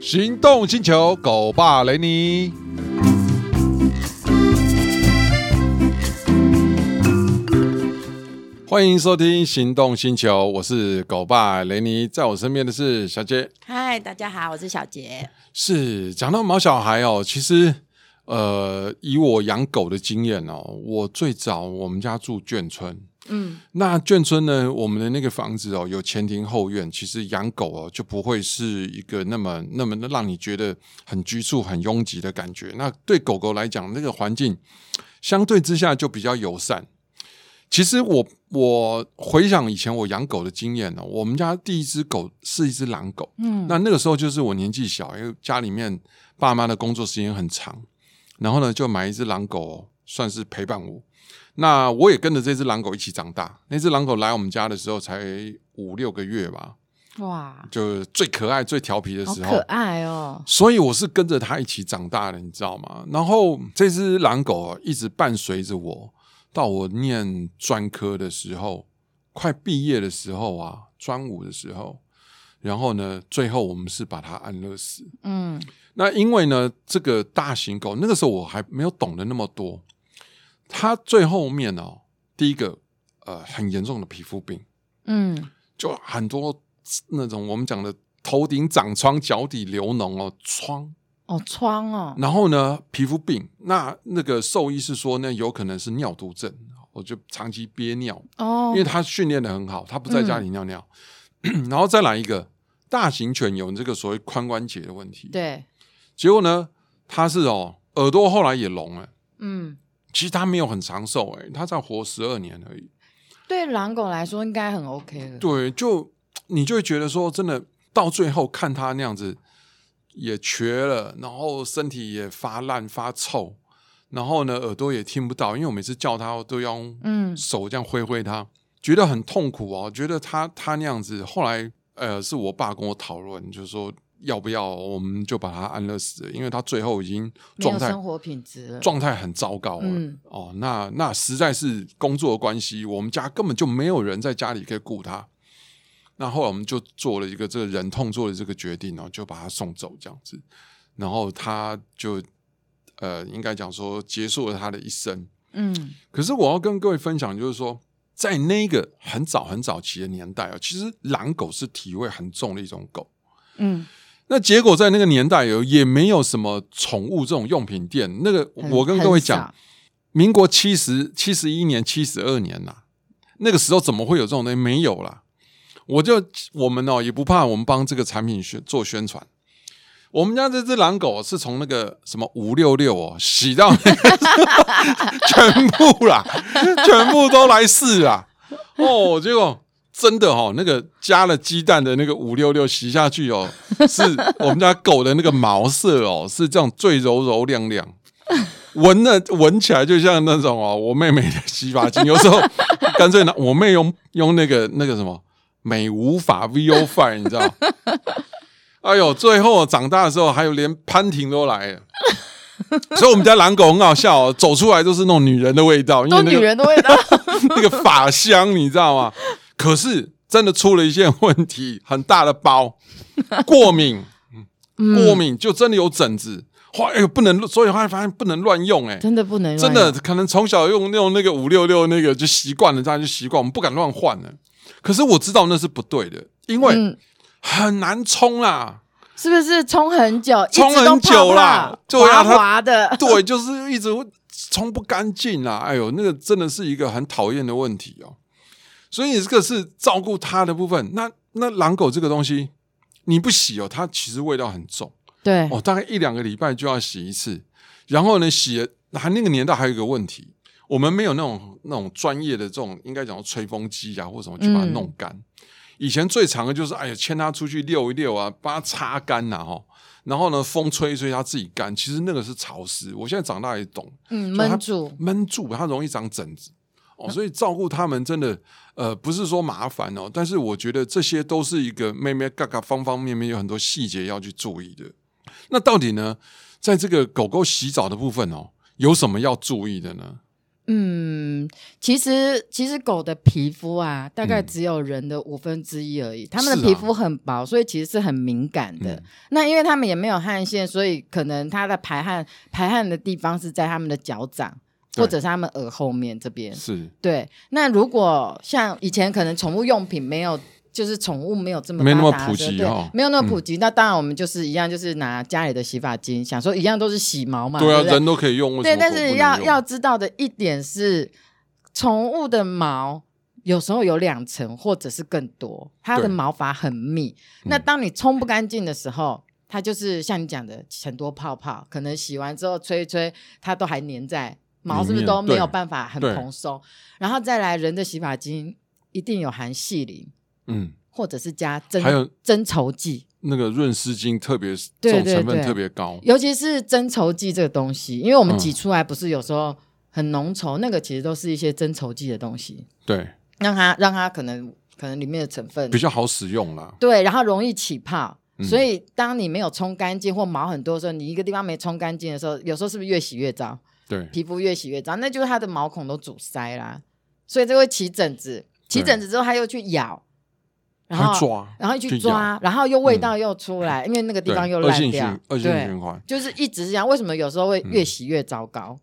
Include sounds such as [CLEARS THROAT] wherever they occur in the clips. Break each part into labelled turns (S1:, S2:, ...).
S1: 行动星球狗爸雷尼。欢迎收听《行动星球》，我是狗爸雷尼，在我身边的是小杰。
S2: 嗨，大家好，我是小杰。
S1: 是讲到毛小孩哦，其实呃，以我养狗的经验哦，我最早我们家住眷村，
S2: 嗯，
S1: 那眷村呢，我们的那个房子哦，有前庭后院，其实养狗哦就不会是一个那么那么让你觉得很拘束、很拥挤的感觉。那对狗狗来讲，那个环境相对之下就比较友善。其实我我回想以前我养狗的经验呢、哦，我们家第一只狗是一只狼狗，
S2: 嗯，
S1: 那那个时候就是我年纪小，因为家里面爸妈的工作时间很长，然后呢就买一只狼狗，算是陪伴我。那我也跟着这只狼狗一起长大。那只狼狗来我们家的时候才五六个月吧，
S2: 哇，
S1: 就是最可爱、最调皮的
S2: 好
S1: 时
S2: 可
S1: 候。
S2: 爱哦。
S1: 所以我是跟着它一起长大的，你知道吗？然后这只狼狗啊一直伴随着我，到我念专科的时候，快毕业的时候啊，专五的时候，然后呢，最后我们是把它安乐死。
S2: 嗯，
S1: 那因为呢，这个大型狗那个时候我还没有懂得那么多，它最后面哦，第一个呃很严重的皮肤病，
S2: 嗯，
S1: 就很多那种我们讲的头顶长疮、脚底流脓哦疮，
S2: 哦，窗哦，
S1: 然后呢皮肤病，那那个兽医是说呢有可能是尿毒症，我就长期憋尿，
S2: 哦嗯
S1: 因为它训练的很好，它不在家里尿尿， [CLEARS THROAT] 然后再来一个大型犬有这个所谓髋关节的问题，
S2: 对，
S1: 结果呢，他是哦，耳朵后来也聋了。
S2: 嗯，
S1: 其实他没有很长寿，哎，他才活十二年而已。
S2: 对狼狗来说应该很 OK 的。
S1: 对，就你就会觉得说，真的到最后看他那样子也瘸了，然后身体也发烂发臭，然后呢耳朵也听不到，因为我每次叫他都要用
S2: 嗯
S1: 手这样挥挥他，觉得很痛苦哦，觉得他他那样子。后来呃，是我爸跟我讨论，就说要不要我们就把他安乐死了，因为他最后已经
S2: 没
S1: 状
S2: 有
S1: 态
S2: 生活品质了。
S1: 状态很糟糕了。
S2: 嗯
S1: 哦，那那实在是工作的关系，我们家根本就没有人在家里可以顾他。那后来我们就做了一个这个忍痛做了这个决定哦，就把他送走这样子，然后他就呃，应该讲说结束了他的一生。
S2: 嗯
S1: 可是我要跟各位分享，就是说，在那个很早很早期的年代啊、哦，其实狼狗是体味很重的一种狗。
S2: 嗯，
S1: 那结果在那个年代有也没有什么宠物这种用品店，那个
S2: 很
S1: 我跟各位讲，，
S2: 很少
S1: 民国七十七十一年、七十二年呐、那个时候怎么会有这种东西？没有啦。我就我们哦，也不怕我们帮这个产品宣做宣传。我们家这只狼狗是从那个什么五六六哦洗到那个 [LAUGHS] 全部啦，全部都来试啦。
S2: [LAUGHS]
S1: 哦，结果真的哦，那个加了鸡蛋的那个五六六洗下去哦，是我们家狗的那个毛色哦，是这样最柔柔亮亮。闻了闻起来就像那种哦，我妹妹的洗发精，有时候干脆拿我妹用用那个那个什么美无法 VO Five，你知道？哎呦，最后长大的时候，还有连潘婷都来了。所以我们家狼狗很好笑哦，走出来都是那种女人的味道，因为
S2: 都
S1: 那
S2: 女
S1: 个
S2: 人的味道。
S1: [LAUGHS] 那个法香，你知道吗？可是真的出了一些问题，很大的包，过敏，过
S2: 嗯，
S1: 敏就真的有疹子。哇，哎呦，不能，所以后来发现不能乱用、哎，
S2: 真的不能，
S1: 真的，可能从小用用那个五六六那个就习惯了，这样就习惯，我们不敢乱换了。可是我知道那是不对的，因为
S2: 嗯，
S1: 很难冲啊啦。
S2: 是不是冲很久，
S1: 冲
S2: 一直都
S1: 很久啦
S2: 泡泡
S1: 就让
S2: 滑
S1: 它
S2: 滑
S1: [LAUGHS]
S2: [LAUGHS] 的。
S1: 对，就是一直冲不干净啦。哎呦，那个真的是一个很讨厌的问题哦。所以你这个是照顾它的部分。那那狼狗这个东西，你不洗哦，它其实味道很重。
S2: 对，
S1: 哦，大概一两个礼拜就要洗一次。然后呢，洗了还那个年代还有一个问题，我们没有那种那种专业的这种应该讲说吹风机啊或什么去把它弄干。以前最常的就是哎呀，牵它出去遛一遛啊，帮它擦干呐、吼。然后呢，风吹一吹它自己干。其实那个是潮湿，我现在长大也懂，
S2: 嗯，
S1: 就它
S2: 闷住，
S1: 闷住它容易长疹子。哦，所以照顾它们真的，呃，不是说麻烦哦，但是我觉得这些都是一个妹妹嘎嘎方方面面有很多细节要去注意的。那到底呢，在这个狗狗洗澡的部分哦，有什么要注意的呢？
S2: 嗯，其实其实狗的皮肤啊，大概
S1: 嗯
S2: 只有人的五分之一而已。它们
S1: 是
S2: 的
S1: 啊
S2: 皮肤很薄，所以其实是很敏感的。
S1: 嗯
S2: 那因为它们也没有汗腺，所以可能它的排汗排汗的地方是在它们的脚掌。
S1: 对
S2: 或者是它们耳后面这边，
S1: 是
S2: 对。那如果像以前可能宠物用品没有，就是宠物没有这么
S1: 没那么
S2: 发达的时候
S1: 普及
S2: 对
S1: 哦
S2: 没有那么普及，那当然我们就是一样，就是拿家里的洗发精，想说一样都是洗毛嘛，
S1: 对啊，
S2: 不对
S1: 人都可以用，为什
S2: 对，
S1: 么
S2: 但
S1: 狗不
S2: 是
S1: 能
S2: 要
S1: 用
S2: 要知道的一点是，宠物的毛有时候有两层或者是更多，它的
S1: 对
S2: 毛发很密。那
S1: 嗯
S2: 当你冲不干净的时候，它就是像你讲的很多泡泡，可能洗完之后吹一吹，它都还粘在毛，
S1: 里
S2: 是不是都
S1: 面
S2: 没有
S1: 对
S2: 办法很
S1: 对
S2: 蓬松？然后再来人的洗发精一定有含细磷，
S1: 嗯，
S2: 或者是加增
S1: 还有
S2: 增稠剂。
S1: 那个润湿巾特别是
S2: 对
S1: 这种
S2: 对
S1: 成分
S2: 对
S1: 特别高，
S2: 尤其是增稠剂这个东西，因为我们
S1: 嗯
S2: 挤出来不是有时候很浓稠，那个其实都是一些增稠剂的东西，
S1: 对，
S2: 让它让它可能可能里面的成分
S1: 比较好使用啦。
S2: 对，然后容易起泡。
S1: 嗯
S2: 所以，当你没有冲干净或毛很多的时候，你一个地方没冲干净的时候，有时候是不是越洗越糟，
S1: 对，
S2: 皮肤越洗越糟，那就是它的毛孔都阻塞啦，所以就会起疹子。起疹子之后，它又去咬，然
S1: 它
S2: 后
S1: 抓
S2: 然后去
S1: 去
S2: 抓
S1: 咬，嗯
S2: 然后又味道又出来，因为那个地
S1: 对
S2: 方又
S1: 恶
S2: 烂
S1: 性循
S2: 掉，
S1: 恶性
S2: 对
S1: 循环，
S2: 就是一直是这样。为什么有时候会越洗越糟糕？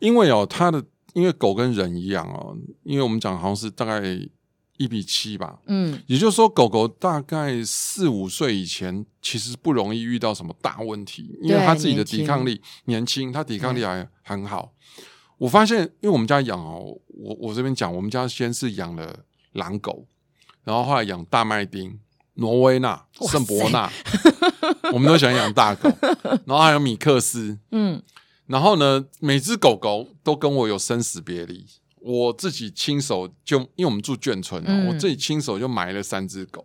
S1: 因为哦，它的因为狗跟人一样哦，因为我们讲好像是大概一比七吧，
S2: 嗯，
S1: 也就是说，狗狗大概四五岁以前，其实不容易遇到什么大问题，因为它自己的抵抗力年轻，它抵抗力还很好。我发现，因为我们家养哦，我我这边讲，我们家先是养了狼狗，然后后来养大麦町、挪威纳、
S2: 哇塞
S1: 圣伯纳，我们都喜欢养大狗，然后还有米克斯，
S2: 嗯，
S1: 然后呢，每只狗狗都跟我有生死别离。我自己亲手就，因为我们住眷村啊，
S2: 嗯
S1: 我自己亲手就买了三只狗。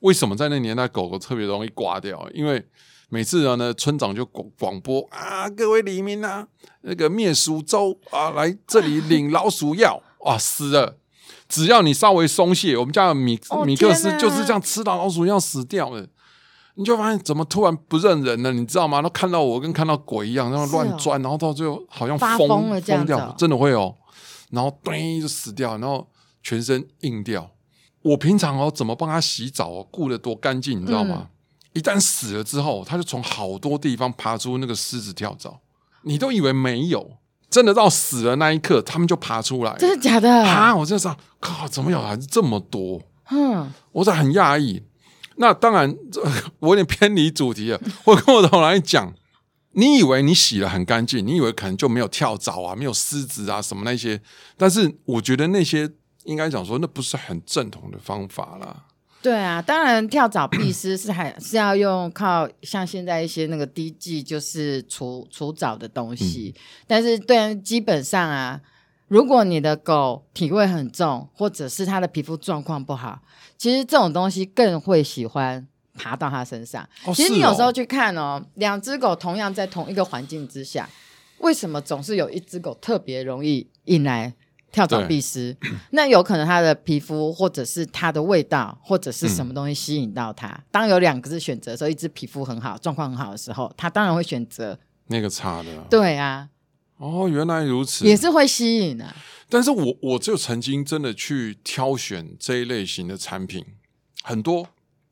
S1: 为什么在那年代狗狗特别容易挂掉？因为每次呢，村长就广广播啊，各位黎明啊，那个灭鼠周啊，来这里领老鼠药 [LAUGHS] 啊，死了。只要你稍微松懈，我们家的米、
S2: 哦
S1: 米克斯
S2: 天哪
S1: 就是这样吃到老鼠药死掉的。你就发现怎么突然不认人了，你知道吗？他看到我跟看到鬼一样，然后乱钻，然后到最后好像
S2: 哦发
S1: 疯
S2: 疯了这样子哦
S1: 掉，真的会哦。然后对就死掉，然后全身硬掉。我平常哦怎么帮他洗澡哦，顾得多干净，你知道
S2: 嗯
S1: 吗？一旦死了之后，他就从好多地方爬出那个狮子跳蚤，你都以为没有，真的到死了那一刻，他们就爬出来了。
S2: 真的哦假的？
S1: 啊！我就想，靠，怎么有还是这么多？
S2: 嗯，
S1: 我在很讶异。那当然， [LAUGHS] 这我有点偏离主
S2: [LAUGHS]
S1: 题了。啊我跟我的同来讲，你以为你洗了很干净，你以为可能就没有跳蚤啊、没有虱子啊什么那些，但是我觉得那些应该讲说，那不是很正统的方法啦。
S2: 对啊，当然跳蚤、蜱虱是还是要用靠像现在一些那个滴剂，就是除除蚤的东西。但是对啊，基本上啊，如果你的狗体味很重，或者是它的皮肤状况不好，其实这种东西更会喜欢爬到它身上。
S1: 哦
S2: 其实
S1: 是
S2: 你有时候
S1: 哦
S2: 去看哦，两只狗同样在同一个环境之下，为什么总是有一只狗特别容易引来跳蚤、
S1: 对
S2: 蜱虱？那有可能它的皮肤，或者是它的味道，或者是
S1: 嗯
S2: 什么东西吸引到它。当有两只选择的时候，一只皮肤很好、状况很好的时候，它当然会选择。
S1: 那个差的啦
S2: 对啊，
S1: 哦，原来如此，
S2: 也是会吸引啊。
S1: 但是我我就曾经真的去挑选这一类型的产品，很多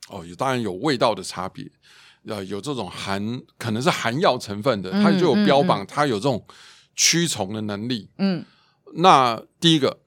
S1: 哦，有当然有味道的差别，呃，有这种含可能是含药成分的，
S2: 嗯
S1: 它就有标榜它有这种驱虫的能力。
S2: 嗯，
S1: 那第一个，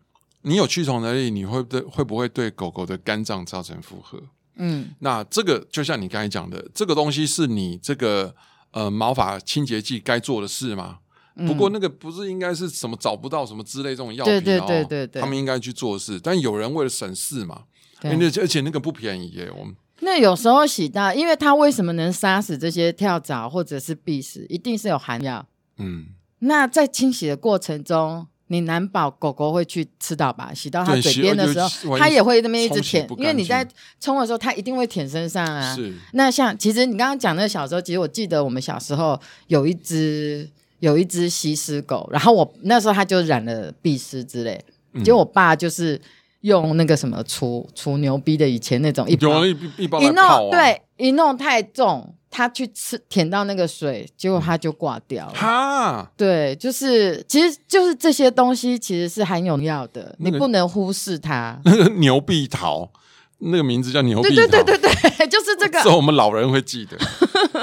S1: 你有驱虫能力，你会不对会不会对狗狗的肝脏造成负荷？
S2: 嗯，
S1: 那这个就像你刚才讲的，这个东西是你这个呃毛发清洁剂该做的事吗？
S2: 嗯
S1: 不过那个不是应该是什么找不到什么之类这种药品、
S2: 对
S1: 哦，
S2: 对对对对
S1: 他们应该去做事，但有人为了省事嘛，
S2: 对
S1: 而且而且那个不便宜耶，我们
S2: 那有时候洗到，因为它为什么能杀死这些跳蚤或者是蜱虱，一定是有含药。
S1: 嗯，
S2: 那在清洗的过程中，你难保狗狗会去吃到吧？洗到它
S1: 对
S2: 嘴
S1: 洗
S2: 边的
S1: 尤
S2: 时
S1: 其
S2: 候，
S1: 万一
S2: 它也会那边一直
S1: 冲洗
S2: 舔
S1: 不，干
S2: 因
S1: 净
S2: 为你在冲的时候，它一定会舔身上啊。
S1: 是
S2: 那像其实你刚刚讲那个小时候，其实我记得我们小时候有一只有一只西施狗，然后我那时候它就染了蜱虱之类，
S1: 嗯
S2: 结果我爸就是用那个什么除除牛逼的以前那种一包
S1: 有人一一包来
S2: 一
S1: 泡、啊，
S2: 弄对一弄太重，它去吃舔到那个水，结果它就挂掉了。
S1: 哈， [LAUGHS]
S2: 对，就是其实就是这些东西其实是含有药的，
S1: 那个
S2: 你不能忽视它。
S1: 那个牛必桃，那个名字叫牛
S2: 对
S1: 必
S2: 对
S1: 桃，
S2: 对对对， [LAUGHS] 就是这个
S1: 这。我们老人会记
S2: [LAUGHS]
S1: 得。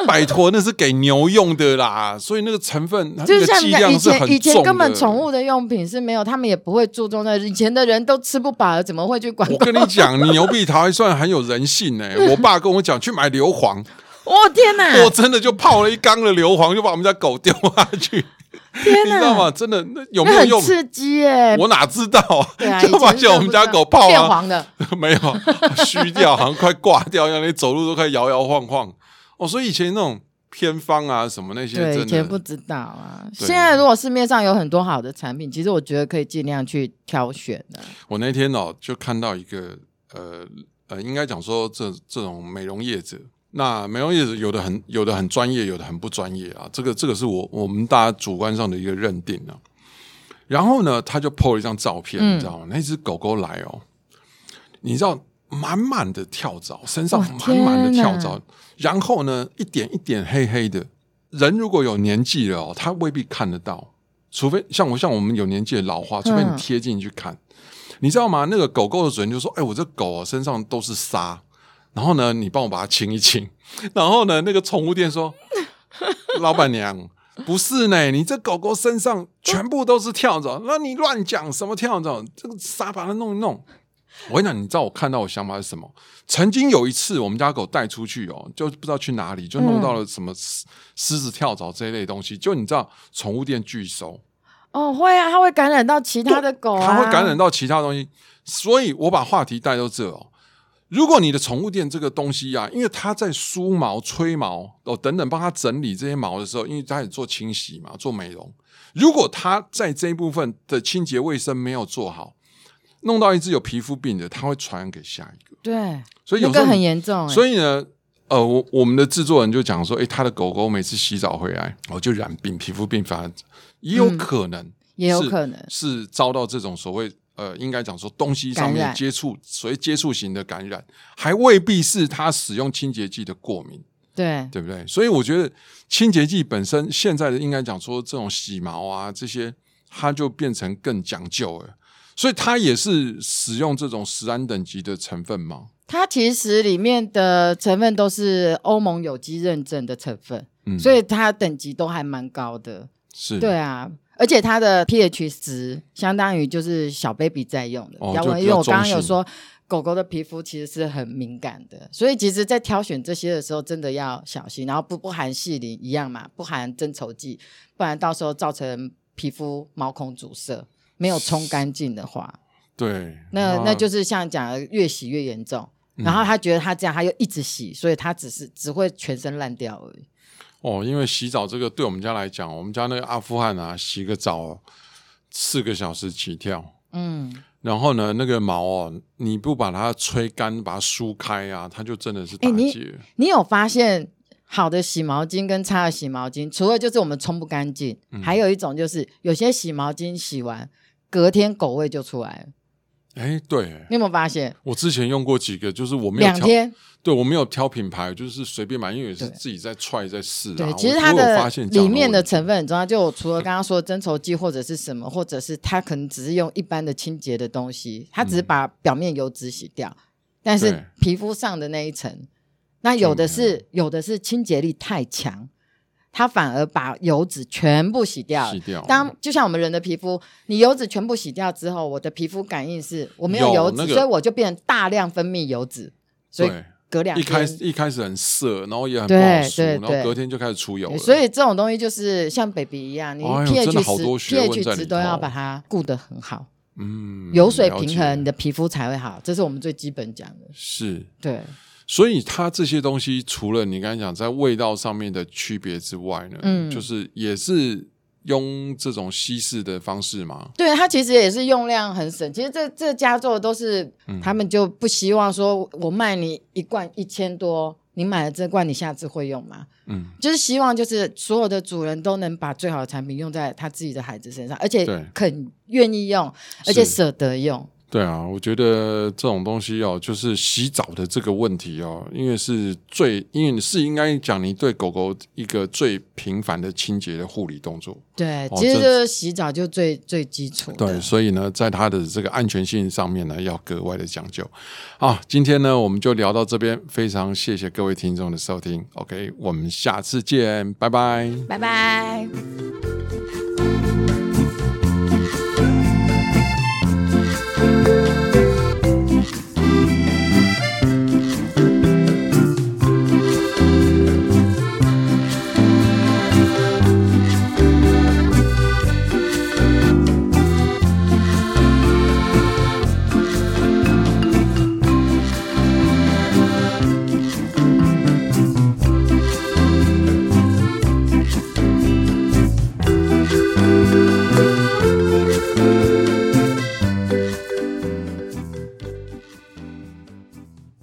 S1: 拜托，那是给牛用的啦，所以那个成分、那
S2: 就是
S1: 个
S2: 像
S1: 剂
S2: 人家以
S1: 量是很
S2: 前
S1: 重
S2: 以前根本
S1: 的
S2: 宠物的用品是没有，他们也不会注重在以前的人都吃不饱了，怎么会去管？ [LAUGHS]
S1: 我跟你讲，你牛必桃还算很有人性呢、我爸跟我讲去买硫磺，
S2: 我、哦天哪！
S1: [LAUGHS] 我真的就泡了一缸的硫磺，就把我们家狗丢下
S2: [LAUGHS]
S1: 去，
S2: 天
S1: 你
S2: 哪！
S1: 知道吗？真的，那有没
S2: 那
S1: 有
S2: 很
S1: 用？
S2: 刺激耶！
S1: 我 [LAUGHS] 哪知道啊？
S2: 对
S1: [LAUGHS]
S2: 啊，
S1: 就
S2: 以
S1: 把
S2: 前真
S1: 叫
S2: 的
S1: 我们
S2: 不知道
S1: 家狗泡
S2: 变
S1: 啊，
S2: 黄的，
S1: [LAUGHS] 没有虚掉，好像快挂掉一样，连走路都快摇摇晃晃。哦，所以以前那种偏方啊什么那些，
S2: 对，以
S1: 真
S2: 前不
S1: 的
S2: 知道啊。
S1: 对
S2: 现在如果市面上有很多好的产品，其实我觉得可以尽量去挑选的。
S1: 我那天哦就看到一个呃呃，应该讲说这这种美容业者。那美容业者有的很有的很专业，有的很不专业啊。这个这个是我我们大家主观上的一个认定啊。然后呢，他就 po 了一张照片，
S2: 嗯
S1: 你知道吗？那只狗狗来哦，你知道满满的跳蚤，身上
S2: 哇
S1: 满满的
S2: 天
S1: 跳
S2: 哪
S1: 蚤，然后呢一点一点黑黑的。人如果有年纪了哦，他未必看得到，除非像我像我们有年纪的老花，除非你
S2: 嗯
S1: 贴近去看，你知道吗？那个狗狗的主人就说：“哎，我这狗、哦、身上都是沙，然后呢，你帮我把它清一清。”然后呢，那个宠物店说：“ [LAUGHS] 老板娘，不是呢，你这狗狗身上全部都是跳蚤，那你乱讲什么跳蚤？这个沙把它弄一弄。”我跟你讲，你知道我看到我想法是什么？曾经有一次，我们家狗带出去哦，就不知道去哪里，就弄到了什么狮狮子跳蚤这一类东西。就你知道，宠物店拒收，
S2: 哦，会啊，它会感染到其他的狗啊，
S1: 它会感染到其他东西。所以我把话题带到这哦。如果你的宠物店这个东西啊，因为它在梳毛、吹毛哦等等，帮它整理这些毛的时候，因为它也做清洗嘛，做美容。如果它在这一部分的清洁卫生没有做好，弄到一只有皮肤病的，它会传染给下一个。
S2: 对，
S1: 所以有
S2: 那
S1: 时候你
S2: 个很严重、欸。
S1: 所以呢，呃，我我们的制作人就讲说，诶，他的狗狗每次洗澡回来，哦，就染病、皮肤病，反而也
S2: 嗯
S1: 有可能，
S2: 也有
S1: 是
S2: 可能
S1: 是遭到这种所谓。呃，应该讲说东西上
S2: 感
S1: 面
S2: 染
S1: 接触，所谓接触型的感染，还未必是他使用清洁剂的过敏，
S2: 对
S1: 对不对？所以我觉得清洁剂本身现在的应该讲说这种洗毛啊这些，它就变成更讲究了，所以它也是使用这种食安等级的成分嘛。
S2: 它其实里面的成分都是欧盟有机认证的成分，
S1: 嗯，
S2: 所
S1: 以
S2: 以它等级都还蛮高的。
S1: 是
S2: 对啊，而且它的 pH 值相当于就是小 baby 在用的，
S1: 哦
S2: 比较
S1: 就
S2: 温
S1: 比
S2: 因为
S1: 较
S2: 我刚刚
S1: 中
S2: 有
S1: 性
S2: 说。狗狗的皮肤其实是很敏感的，所以其实，在挑选这些的时候，真的要小心。然后不不含细磷一样嘛，不含增稠剂，不然到时候造成皮肤毛孔阻塞，没有冲干净的话，
S1: 对，
S2: 那那就是像讲的越洗越严重。
S1: 嗯
S2: 然后他觉得他这样，他又一直洗，所以他只是只会全身烂掉而已。
S1: 哦，因为洗澡这个对我们家来讲，我们家那个阿富汗啊，洗个澡四个小时起跳，
S2: 嗯，
S1: 然后呢，那个毛哦，你不把它吹干，把它梳开啊，它就真的是打
S2: 哎你
S1: 结。
S2: 你有发现好的洗毛巾跟差的洗毛巾，除了就是我们冲不干净，
S1: 嗯
S2: 还有一种就是有些洗毛巾洗完隔天狗味就出来了。
S1: 哎，对
S2: 你有没有发现？
S1: 我之前用过几个，就是我没有
S2: 两
S1: 挑，
S2: 天，
S1: 对我没有挑品牌，就是随便买，因为也是
S2: 对
S1: 自己在踹在试、啊。
S2: 对，
S1: 我
S2: 其实它
S1: 我有
S2: 的
S1: 发现这样
S2: 里面的
S1: 问题
S2: 成分很重要。就我除了刚刚说的增稠剂或者是什么，或者是它可能只是用一般的清洁的东西，它只是把表面油脂洗掉，但
S1: 嗯对
S2: 是皮肤上的那一层，那有的
S1: 就没
S2: 是有的是清洁力太强，它反而把油脂全部洗掉了
S1: 洗。掉，
S2: 啊当就像我们人的皮肤，你油脂全部洗掉之后，我的皮肤感应是我没有
S1: 有
S2: 油脂，
S1: 那个
S2: 所以我就变成大量分泌油脂，所以
S1: 对
S2: 隔两
S1: 一
S2: 天
S1: 开始一开始很涩，然后也很不
S2: 对
S1: 好梳，
S2: 对
S1: 然后
S2: 对
S1: 隔天就开始出油
S2: 对
S1: 了。
S2: 所以这种东西就是像 baby 一样，你
S1: 哎呦真的好
S2: pH
S1: 多
S2: 值、
S1: 学问在
S2: pH
S1: 里
S2: 值
S1: 头
S2: 都要把它顾得很好，
S1: 嗯，
S2: 油水
S1: 了
S2: 平
S1: 解
S2: 衡，你的皮肤才会好，这是我们最基本讲的。
S1: 是。
S2: 对，
S1: 所以它这些东西，除了你刚才讲在味道上面的区别之外呢，
S2: 嗯
S1: 就是也是用这种西式的方式嘛，
S2: 对，它其实也是用量很省。其实这这家做的都是，
S1: 嗯
S2: 他们就不希望说我卖你一罐一千多，你买了这罐，你下次会用吗？
S1: 嗯，
S2: 就是希望就是所有的主人都能把最好的产品用在他自己的孩子身上，而且
S1: 对
S2: 肯愿意用，而且
S1: 是
S2: 舍得用。
S1: 对啊，我觉得这种东西哦，就是洗澡的这个问题哦，因为是最，因为是应该讲你对狗狗一个最频繁的清洁的护理动作。
S2: 对，
S1: 哦
S2: 其实
S1: 这
S2: 就是洗澡就最最基础的。
S1: 对，所以呢，在它的这个安全性上面呢，要格外的讲究。好，今天呢，我们就聊到这边，非常谢谢各位听众的收听。OK，我们下次见，拜拜。
S2: 拜拜。